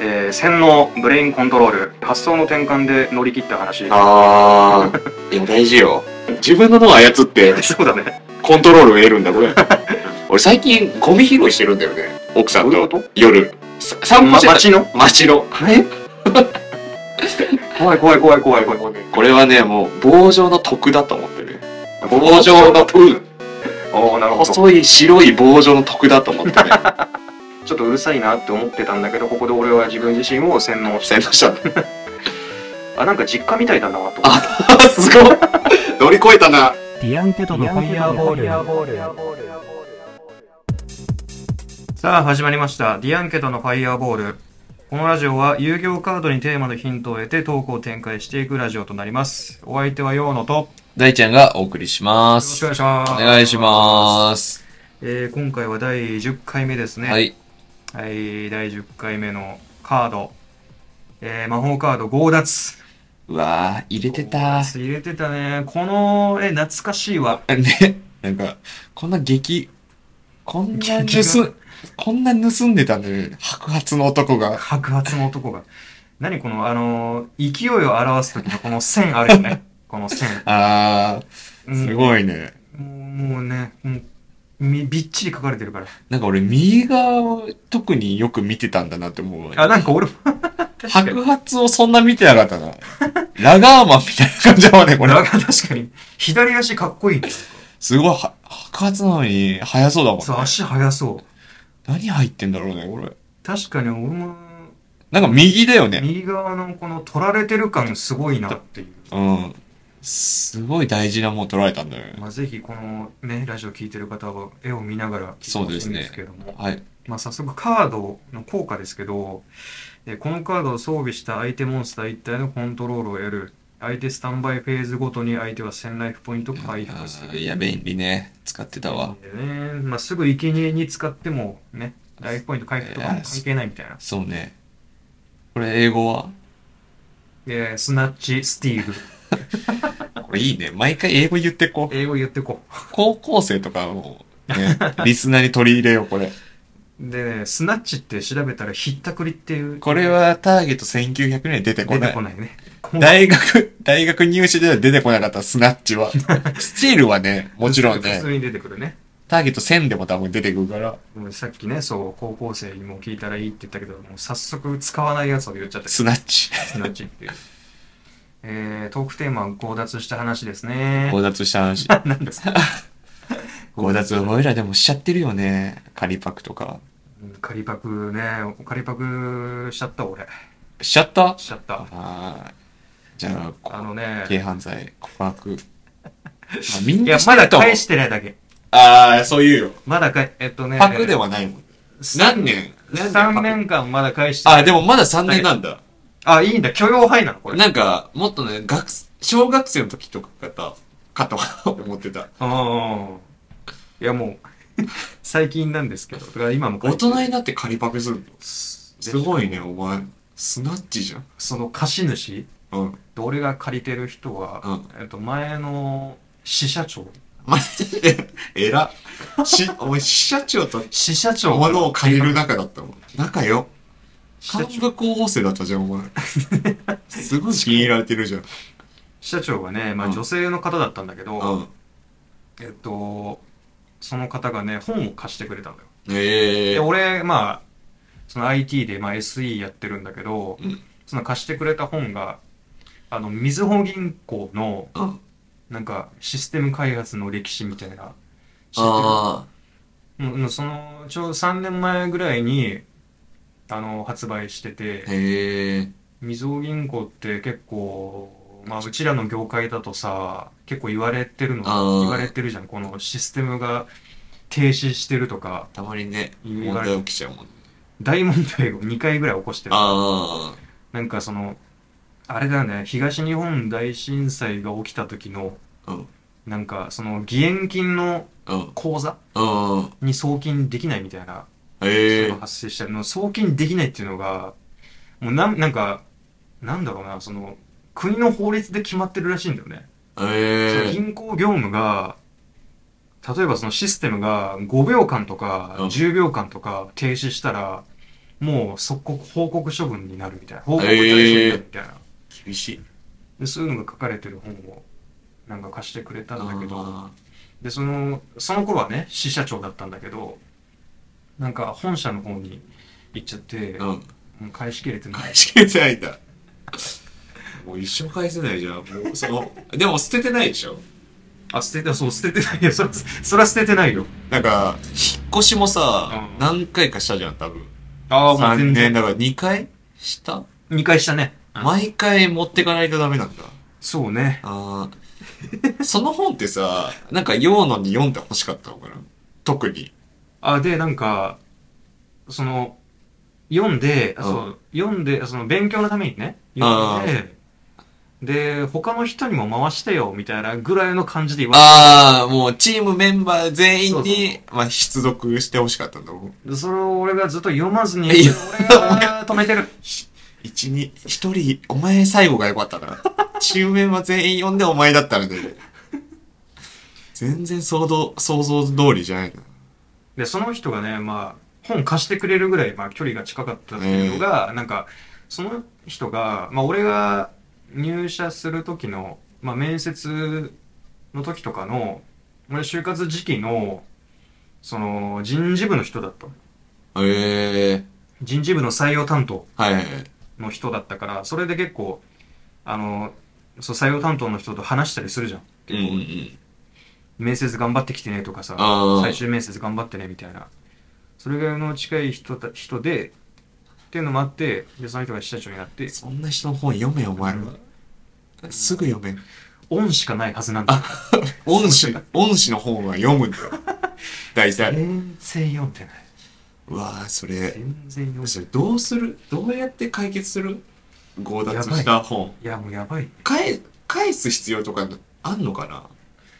えー洗脳、ブレインコントロール、発想の転換で乗り切った話。あー、でも大事よ。自分の脳を操って、そうだね。コントロールを得るんだ、こ れ。俺最近、ゴミ拾いしてるんだよね。奥さんどういうとこと夜。さ散歩してたま街の街の。え怖い怖い怖い怖い怖い。これはね、もう、棒状の徳だと思ってる。棒状の徳。おーなるほど。細い白い棒状の徳だと思 ってる。ちょっとうるさいなって思ってたんだけど、ここで俺は自分自身を洗脳して洗。脳しちゃった。あ、なんか実家みたいだなと思っ て。すごい。乗り越えたな。ディアンテトのファイヤーボール。さあ始まりました「ディアンケトのファイヤーボール」このラジオは有料カードにテーマのヒントを得てトークを展開していくラジオとなりますお相手はヨーノとよ大ちゃんがお送りしまろす。しくお願いしますお願いします。えー今回は第10回目ですねはい。はい第10回目のカード、えー魔法カード強奪うわー、入れてた。入れてたねこのえ懐かしいわ ね。なんか、こんな激、こんな盗、こんな盗んでたのに、白髪の男が。白髪の男が何このあのー勢いを表す時のこの線あるよ ねこの線あー、すごいね。もうもうね、もうみびっちり書かれてるから。なんか俺、右側を特によく見てたんだなって思うわ。あ、なんか俺も確かに。白髪をそんな見てなかったな。 ラガーマンみたいな感じだもんね、これ俺。は確かに、左足かっこいいね。すごい、は白髪なのに、速そうだもんねそう、。足速そう。何入ってんだろうね、これ。確かに俺も、なんか右だよね。右側のこの取られてる感すごいなっていう。うん。すごい大事なもん取られたんだよね。まあ、ぜひこのね、ラジオ聞いてる方は絵を見ながら聞いてほしいんですけども。はい。まあ、早速カードの効果ですけど、えーこのカードを装備した相手モンスター一体のコントロールを得る。相手スタンバイフェーズごとに相手は1000ライフポイント回復すあるー。いや、便利ね。使ってたわ。でね、まあ、すぐ生贄に使ってもね、ライフポイント回復とかも関係ないみたいな。そうね。これ英語はで、スナッチ、スティール。これいいね。毎回英語言ってこう。英語言ってこ高校生とかも、 ね、リスナーに取り入れよう、これ。う。でね、スナッチって調べたらひったくりっていう。これはターゲット1900年出てこ出なていこ。ないね。大学、大学入試では出てこなかった、スナッチは。 スチールはね、もちろん普ね、通に出てくるね。ターゲット1000でも多分出てくるから、もうさっきね、そう、高校生にも聞いたらいいって言ったけど、もう早速使わないやつを言っちゃった。ススナッ チ。ナッチっていう。えー、トークテーマは強奪した話ですね。強奪した話。なんですか 強奪、俺らでもしちゃってるよね。仮パクとか。うん仮パクね、仮パクしちゃった俺。しちゃったしちゃった。あーじゃあ、こあのね、軽犯罪、告 白。まあ、みんいやな、しまてだると思う返してないだけ。ああ、そう言うよ。まだかい、えっとね。パクではないもん。何年何年パク ?3 年間まだ返してないあ、でもまだ3年なんだ。あ、いいんだ。許容範囲なのこれ。なんか、もっとね、学、小学生の時とかかかとか思ってた。うん。いや、もう、 最近なんですけど。だから今も大人にになって仮パクするのすすごいね、お前。スナッチじゃん。その貸主うん。と俺が借りてる人は、えっと、前の支社長。マジで、えら。し、お前、支社長と支社長ものを借りる仲だったもん。仲よ。支社幹長部候補生だったじゃん、お前。すごい気に入られてるじゃん。支社長はね、まあうん女性の方だったんだけうど、ん。えっと、その方がね、本を貸してくれたのよ。ええで、ー。俺、まあ、その IT で、まあ、SE やってるんだけど、うんその貸してくれた本が、あの、みずほ銀行の、うん。なんか、システム開発の歴史みたいな、知ってあるうんうんその、ちょうど3年前ぐらいに、あの、発売しててあ。、へえ。みずほ銀行って結構、まあ、うちらの業界だとさ、結構言われてるの、あー言われてるじゃん。このシステムが停止してるとか、たまにね、言問われ題起きちゃうもん。大問題を2回ぐらい起こしてる。あなんかその、あれだよね、東日本大震災が起きた時の、あ。うん。なんかその義援金のうん。口座うん。に送金できないみたいな、ええのが発生したの、送金できないっていうのが、もうなん、なんか、なんだろうな、その、国の法律で決まってるらしいんだよね。そのええ銀行業務が、例えばそのシステムが5秒間とかうん10秒間とか停止したら、もう即刻報告処分になるみたいな。報告対象になるみたいな。厳しい。でそういうのが書かれてる本をなんか貸してくれたんだけど、あで、その、その頃はね、支社長だったんだけど、なんか本社の方に行っちゃって、ーもうん。う返しきれてない返。し切れてないんだ。もう一生返せないじゃん。もう、その、 でも捨ててないでしょあ、捨てて、そう、捨ててないよ。そら、そら捨ててないよ。なんか、引っ越しもさ、うん何回かしたじゃん、多分。あ3年、。だから2回した2回したね。毎回持ってかないとダメなんだ。そうね。あーその本ってさ、なんか用のに読んで欲しかったのかな特に。あ、で、なんか、その、読んで、あうんそう、読んで、その、勉強のためにね、読んで、で、他の人にも回してよ、みたいなぐらいの感じで言わああ、もうチームメンバー全員に、そうまあ、必読して欲しかったんだもん。れて、それを俺がずっと読まずに、いや俺が止めてる。一、二、一人、お前最後が良かった から。チームメンバー全員読んでお前だったらね。全然想像、想像通りじゃないで、その人がね、まあ、本貸してくれるぐらい、まあ、距離が近かったっていうのが、なんか、その人が、まあ、俺が入社する時の、まあ、面接の時とかの、俺、就活時期の、その、人事部の人だったの。の。ええ人事部の採用担当はいはいはい。の人だったから、それで結構、あの、そう、採用担当の人と話したりするじゃん。うんうんうん。面接頑張ってきてねとかさ、あー最終面接頑張ってねみたいな。それぐらいの近い人た人で、っていうのもあって、で、その人が支社長になって、そんな人の本読めよ、お前は。すぐ読め。恩しかないはずなんだよ。恩師、恩師の本は読むんだよ。大体。全然読んでない。うわぁ、それ、全然読んでそれどうするどうやって解決する強奪した本。ない。いや、もうやばい。返、返す必要とかあんのかな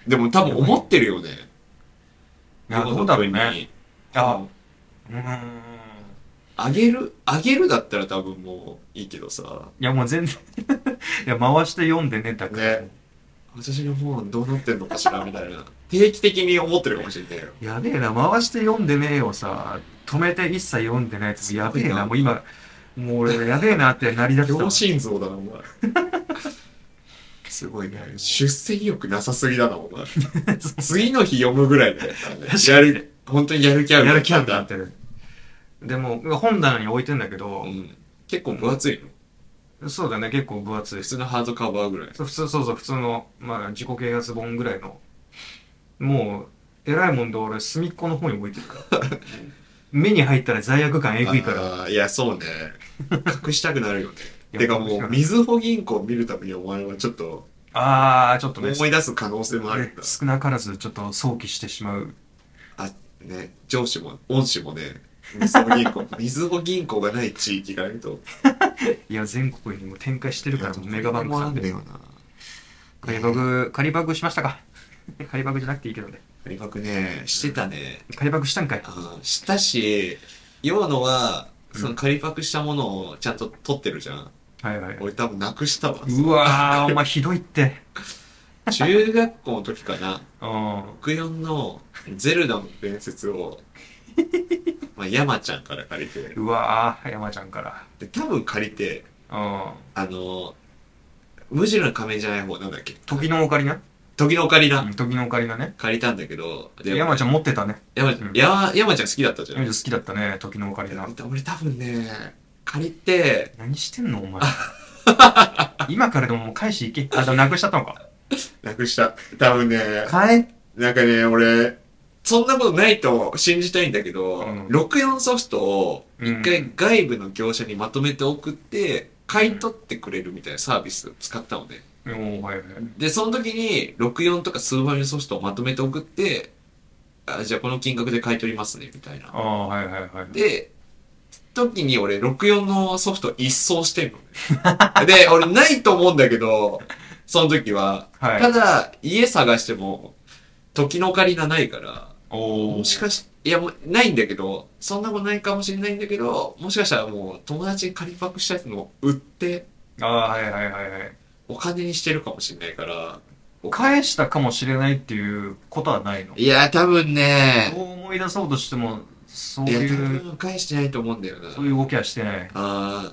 でも多分思ってるよね。いや、どうだろうね。に。あ、うーん。あげる、あげるだったら多分もういいけどさ。いや、もう全然。 いや、回して読んでね、だから。ね私の本どうなってんのかしらみたいな。定期的に思ってるかもしれないよ。やべえな、回して読んでねえをさ、止めて一切読んでないやつ、やべえすごいな、なもう今、もう俺、やべえなってなりだしたわ両。心臓だな、お前。すごいね。出世意欲なさすぎだな、お 前。次の日読むぐらいだよ。やる、本当にやる気ある。やる気あるなっ。てる。でも、本棚に置いてんだけどう、ん。結構分厚いの。そうだね、結構分厚い普。通のハードカバーぐらい。そう普通、そうそう、普通の、まあ、自己啓発本ぐらいの、もう、偉いもんで俺、隅っこの方に置いてるから。 目に入ったら罪悪感えぐいから。ら。いや、そうね。隠したくなるよね。いやてか隠したもう、くなるみずほ銀行を見るためにお前はちょっとあー、ちょっと思ね、い出す可能性もあるんだ。少なからずちょっと想起してしまう。あ、ね、上司も、恩師もね、みずほ銀行、 みずほ銀行がない地域があると。いや、全国にも展開してるから、もうメガバンクさんで。よな。仮バグ、仮バグしましたか 仮バグじゃなくていいけどね。仮爆ね、してたね。仮バグしたんかい。あーしたし、要のは、うんその仮爆したものをちゃんと取ってるじゃん。はいはい。俺多分なくしたわ。うわー、お前ひどいって。中学校の時かな。うん。 64のゼルダの伝 説を、まあ、山ちゃんから借りて、うわー、山ちゃんから。で、多分借りて、うん。あの、無地の仮面じゃない方なんだっけ時のオカリナ時のオカリうナん時のオカリナね。借りたんだけど、で、山ちゃん、ん持ってたね。う山ん山山ちゃん好きだったじゃ山んちゃん。好きだったね、時のオカリナ。俺多分ね、借りて、何してんのお 前。今からでももう返し行け。あ、でもなくしちゃったのか。なくした。多分ね、帰なんかね、俺、そんなことないと信じたいんだけうど、ん64ソフトを一う回ん外部の業者にまとめて送って、買い取ってくれるみたいなサービスを使ったのね。もう、はいはい。で、その時に64とかスーパーミソフトをまとめて送って、あじゃあこの金額で買い取りますね、みたいなあ。あ、はいはいはい。で、時に俺64のソフト一掃してんの ね。で、俺ないと思うんだけど、その時は、はたい。だ、家探しても、時のオカリナないから、おーもしかし、いや、もうないんだけど、そんなことないかもしれないんだけど、もしかしたらもう友達に借りパクしたやつのを売って、ああ、はいはいはいはい。お金にしてるかもしれないから、返したかもしれないっていうことはないのいや、多分ね、そう思い出そうとしても、そういや、い多う、分返してないと思うんだよな。そういう動きはしてない。ああ、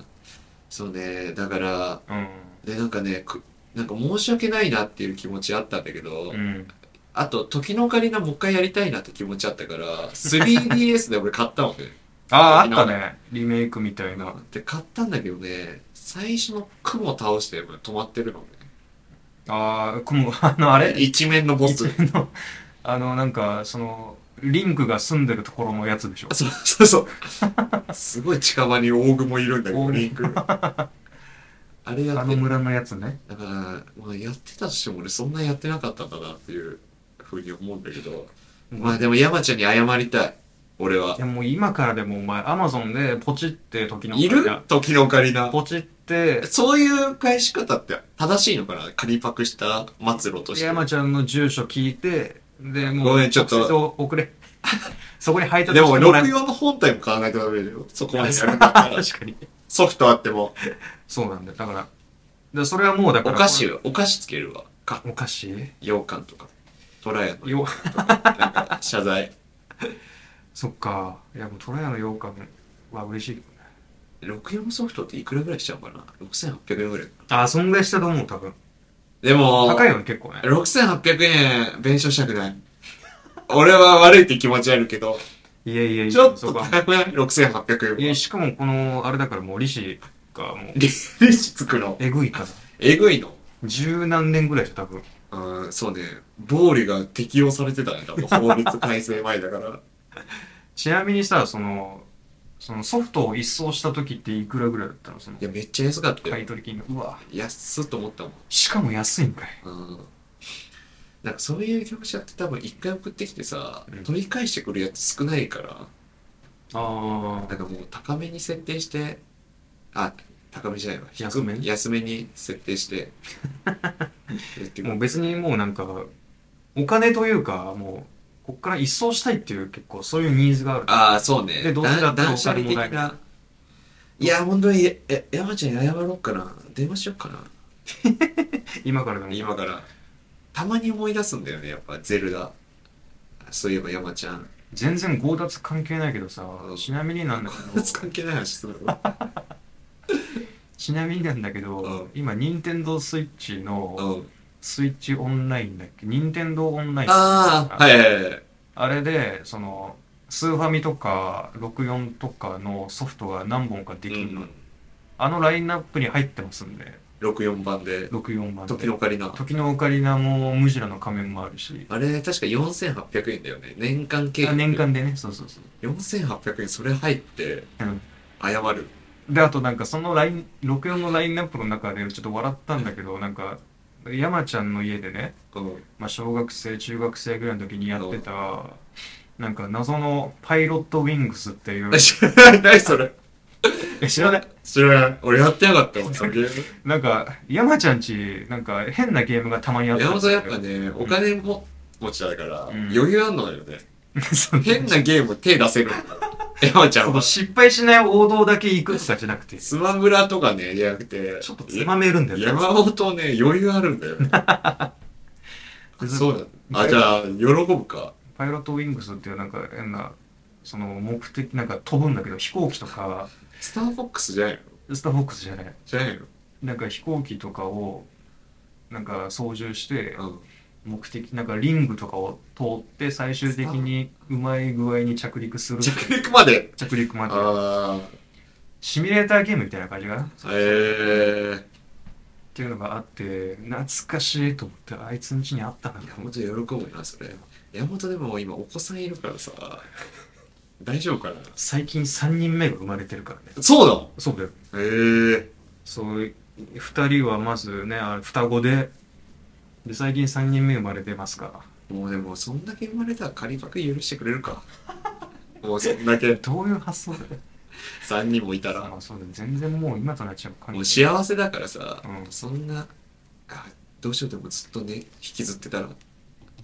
そうね。だから、うん。で、なんかね、くなんか申し訳ないなっていう気持ちあったんだけど、うん。あと、時のオカリナもう一回やりたいなって気持ちあったから、3DS で俺買ったのね。ああ、あったね。リメイクみたいな。で、買ったんだけどね、最初の雲倒して止まってるのね。ああ、雲、 あの、あれ一面のボ一ス。連の、あの、なんか、その、リンクが住んでるところのやつでしょ。そうそうそう。すごい近場に大雲いるんだけど、大リンク。あれやあっての村のやつね。。だから、まあ、やってたとしても俺そんなやってなかったんだなっていうふうに思うんだけど、まあでも山ちゃんに謝りたい。俺はいや、もう今からでもお前、アマゾンでポチって時のいる時のオカリナ。ポチって、そういう返し方って正しいのかな仮パクした末路として。山ちゃんの住所聞いて、で、もう、ごめんちょっと直接送れ。 そこに配達でもしてもらえ64の本体も買わないとダメだよ。そこまでやるんだ ったら。確かに。ソフトあっても。そうなんだよ。だから、でそれはもうだかおら。菓子を、お菓子つけるわ。か、お菓子羊羹とか。トラヤのよ、なんか謝罪。そっか。いや、もうトラヤの羊羹は嬉しいけどね。 64ソフトっていくらぐらいしちゃうかな ?6800 円ぐらいかな。あ、そんぐらいしたと思う、多分。でも、高いよね、結構ね。 6800円弁償したくない。俺は悪いって気持ちあるけど、いやいやいや、ちょっそとうか高くない ?6800 いや、円は。しかもこの、あれだからもう利子がもう、利子つくの。えぐいから。えぐいの。十何年ぐらいでしょ、多分。うん、そうね。暴利が適用されてたね、多分法律改正前だから。ちなみにさ、その、そのソフトを一掃した時っていくらぐらいだったのそのい、や、めっちゃ安かった買よ。い取り金が。うわ。安っと思ったもん。しかも安いんかい。うん。なんかそういう業者って多分一回送ってきてさうん、取り返してくるやつ少ないから、あなんかもう高めに設定して、あ、高めじゃないわ。安め安めに設定 して。あ。もう別にもうなんか、お金というか、もう、こっから一掃したいっていう結構そういうニーズがある。ああ、そうね。でどうせだったら断捨離お金も的ないな。いや、本当に、ええ、山ちゃんに謝ろうかな。電話しようかな。今からでも。今から。たまに思い出すんだよね、やっぱ、ゼルダ。そういえば山ちゃん。全然強奪関係ないけどさ、ちなみになんだけど、 関係ない話するの ちなみになんだけうどん、今、任天堂スイッチの、うん。スイッチオンラインだっけ任天堂オンラインああ、はいはいはい。あれでそのスーファミとか64とかのソフトが何本かでうきるの、ん。あのラインナップに入ってますんで64番で、 64番で時のオカリナ。時のオカリナもムジラの仮面もあるしあれ、確か4800円だよね。年間計あ画。年。間でねそうそうそう4800円、それ入って、うん謝る。であとなんかそのライン64のラインナップの中でちょっと笑ったんだけどなんか山ちゃんの家でね、うん。まあ、小学生中学生ぐらいの時にやってたなんか謎のパイロットウィングスっていう知らない、 何それ。え知らない知らない。俺やってなかったもん、そのゲーム。なんか、山ちゃんち、なんか変なゲームがたまにあったんで山本すさんよ。やっぱね、お金も持ちだから、ん余裕あんのよね。そう変なゲーム手出せる。山ちゃ そんのは。失敗しない王道だけ行くとかじゃなくて、ちスマブラとかね、じゃなくて、ょっとつまめるんだよね。山本ね、余裕あるんだよね。そうだ。あ、じゃあ、喜ぶか。パイロットウィングスっていうなんか変な、その目的、なんか飛ぶんだけど、飛行機とか、スターフォックスじゃないのスターフォックスじゃない。じゃないのなんか飛行機とかを、なんか操縦して、うん。目的、なんかリングとかを通って、最終的にうまい具合に着陸するっていう。着陸まで。着陸まで。あシミュレーターゲームみたいな感じかな。あ、ええっていうのがあって懐かしいと思ってあいつの家にあったなー。と山思っ本て喜ぶな、それ。山本でも今お子さんいるからさ、大丈夫かな最近3人目が生まれてるからねそうだそうだよええそう2人はまずねあ双子でで最近3人目生まれてますからー。もうでも、そんだけ生まれたら仮パク許してくれるか。もうそんだけどういう発想だよ3人もいたらあ。そうだよ全然もう今となっちゃう感もうじ幸せだからさ、うんそんな、あどうしようでもずっとね、引きずってたら、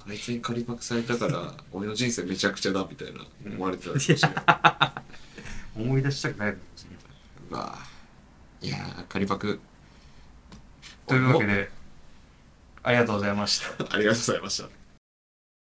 あいつに仮パクされ たから、俺の人生めちゃくちゃだみたいな思われてたらしいよ。思い出したくないうんうわいやー、仮パク。というわけでありがとうございました お。ありがとうございました。